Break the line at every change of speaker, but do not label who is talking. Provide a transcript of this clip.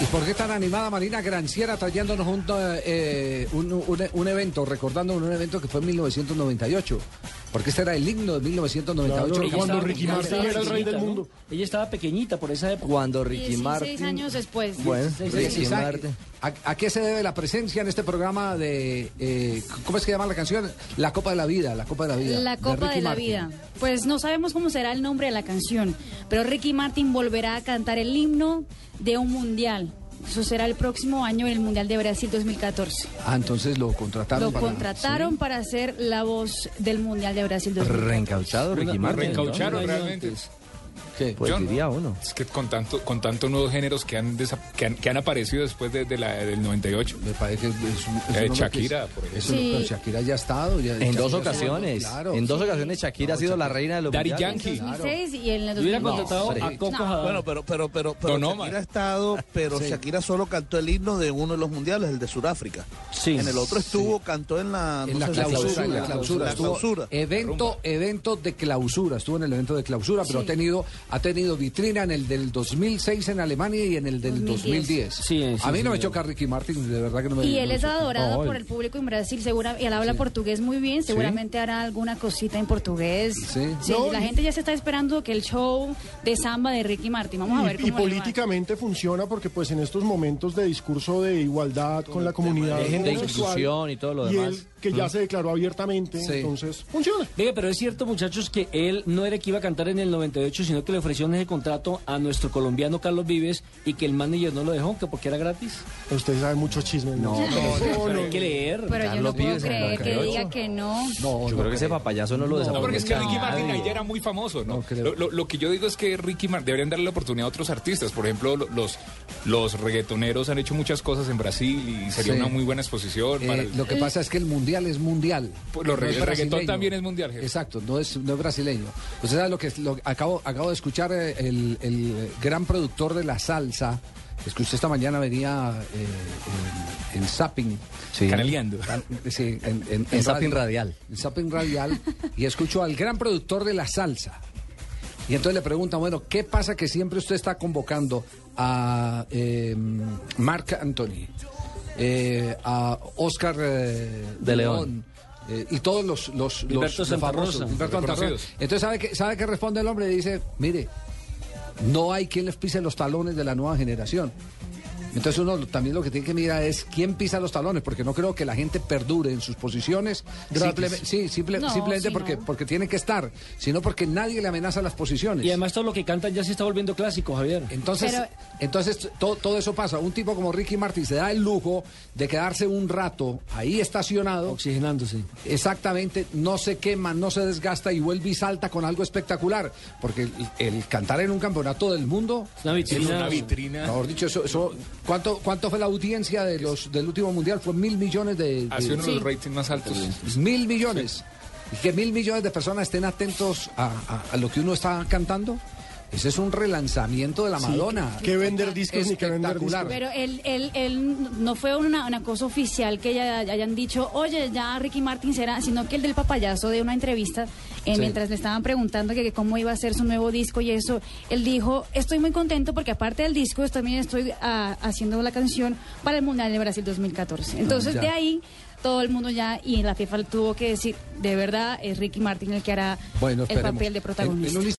¿Y por qué tan animada Marina Granciera trayéndonos un, eh, un, un, un, evento, recordando un evento que fue en 1998? Porque este era el himno de 1998.
Claro, cuando Ricky Martin era el rey del mundo.
¿no? Ella estaba pequeñita por esa época.
Cuando Ricky Martin... 16
años después.
Bueno, Ricky Martin.
¿A, ¿A, qué se debe la presencia en este programa de, eh, ¿cómo es que llama la canción? La Copa de la Vida, la Copa de la Vida.
La Copa de, de la Martin. Vida. Pues no sabemos cómo será el nombre de la canción, pero Ricky Martin volverá a cantar el himno de un mundial. Eso será el próximo año en el Mundial de Brasil 2014.
Ah, entonces lo contrataron.
Lo para, contrataron ¿sí? para ser la voz del Mundial de Brasil
2014. Reencauchado, Ricky Martin.
Reencaucharon ¿no? realmente.
¿Qué? Pues Yo diría uno.
Es que con tanto con tantos nuevos géneros que han, que han, que han aparecido después de, de la, del 98.
Me parece que es, es,
es eh, Shakira,
que
por ejemplo.
Sí. Eso, Shakira ya ha estado. Ya,
en dos ocasiones. Claro, en dos sí. ocasiones Shakira no, ha sido Shakira. la reina de los
Daddy
mundiales. Yankee. En 2006 claro. y en la
2009. No, contratado a Coco no.
Bueno, pero, pero, pero, pero Shakira man. ha estado, pero sí. Shakira solo cantó el himno de uno de los mundiales, el de Sudáfrica. Sí. En el otro estuvo, cantó en la,
en la clausura. La clausura. clausura. Evento, evento de clausura. Estuvo en el evento de clausura, pero ha tenido ha tenido vitrina en el del 2006 en Alemania y en el del 2010. 2010. Sí, sí, a mí no sí, me choca Ricky Martin, de verdad que no me
Y él es adorado oh, por el público en Brasil, segura, él habla portugués muy bien, seguramente hará alguna cosita en portugués. No, la y... gente ya se está esperando que el show de samba de Ricky Martin, vamos a ver
cómo Y, y políticamente funciona porque pues en estos momentos de discurso de igualdad con, con la comunidad
de, de inclusión y todo lo
y
demás. Mm.
Él, que ya se declaró abiertamente, entonces funciona.
Diga, pero es cierto, muchachos, que él no era el que iba a cantar en el 98, sino que le ofrecieron ese contrato a nuestro colombiano Carlos Vives y que el manager no lo dejó, que porque era gratis.
Usted sabe muchos chismes.
No, no, no, no, hay que leer.
Pero Carlos yo no puedo Vives creer que diga que no.
No, yo creo que ese papayazo no lo
desapareció. No, porque es que Ricky Martin ahí era muy famoso, ¿no? Lo, lo, lo, que yo digo es que Ricky Martin deberían darle la oportunidad a otros artistas. Por ejemplo, los, los reggaetoneros han hecho muchas cosas en Brasil y sería sí. una muy buena exposición.
Eh, para el... Lo que pasa es que el mundial es mundial.
Pues lo el reggaetón también es mundial. Jefe.
Exacto, no es, no es brasileño. Usted sabe lo que lo, acabo, acabo de escuchar eh, el, el, gran productor de la salsa. Escuché esta mañana, venía eh, en, en, Zapping.
Sí. Canaleando.
Sí, en, en, en
radio, Zapping Radial.
En Zapping Radial. Y escucho al gran productor de la salsa. Y entonces le preguntan, bueno, ¿qué pasa que siempre usted está convocando a eh, Marc Anthony, eh, a Oscar
de León? León
eh, y todos los los,
Gilberto
los, los famosos, Gilberto Entonces sabe que sabe que responde el hombre y dice, mire, no hay quien les pise los talones de la nueva generación. Entonces uno también lo que tiene que mirar es quién pisa los talones, porque no creo que la gente perdure en sus posiciones simplemente, sí, simple, no, simplemente si porque, no. porque tiene que estar, sino porque nadie le amenaza las posiciones.
Y además todo lo que cantan ya se está volviendo clásico, Javier.
Entonces, Pero... entonces todo, todo, eso pasa. Un tipo como Ricky Martin se da el lujo de quedarse un rato ahí estacionado.
Oxigenándose.
Exactamente, no se quema, no se desgasta y vuelve y salta con algo espectacular. Porque el, el cantar en un campeonato del mundo...
Una vitrina.
Es una vitrina.
Mejor dicho, eso, eso ¿Cuánto, ¿Cuánto fue la audiencia de los, del último mundial? Fue mil millones de.
Ha sido uno de los ratings más altos.
Mil millones. Y que mil millones de personas estén atentos a, a, a lo que uno está cantando. Ese es un relanzamiento de la Madonna.
Sí, que, que vender discos ni que vender discos.
Pero él, él, él no fue una, una, cosa oficial que ya hayan dicho, oye, ya Ricky Martin será, sino que el del papayazo de una entrevista, eh, sí. mientras le estaban preguntando que, que, cómo iba a ser su nuevo disco y eso, él dijo, estoy muy contento porque aparte del disco, también estoy a, haciendo la canción para el Mundial de Brasil 2014. Entonces, ah, de ahí todo el mundo ya y en la FIFA tuvo que decir, de verdad es Ricky Martin el que hará bueno, el papel de protagonista. En, en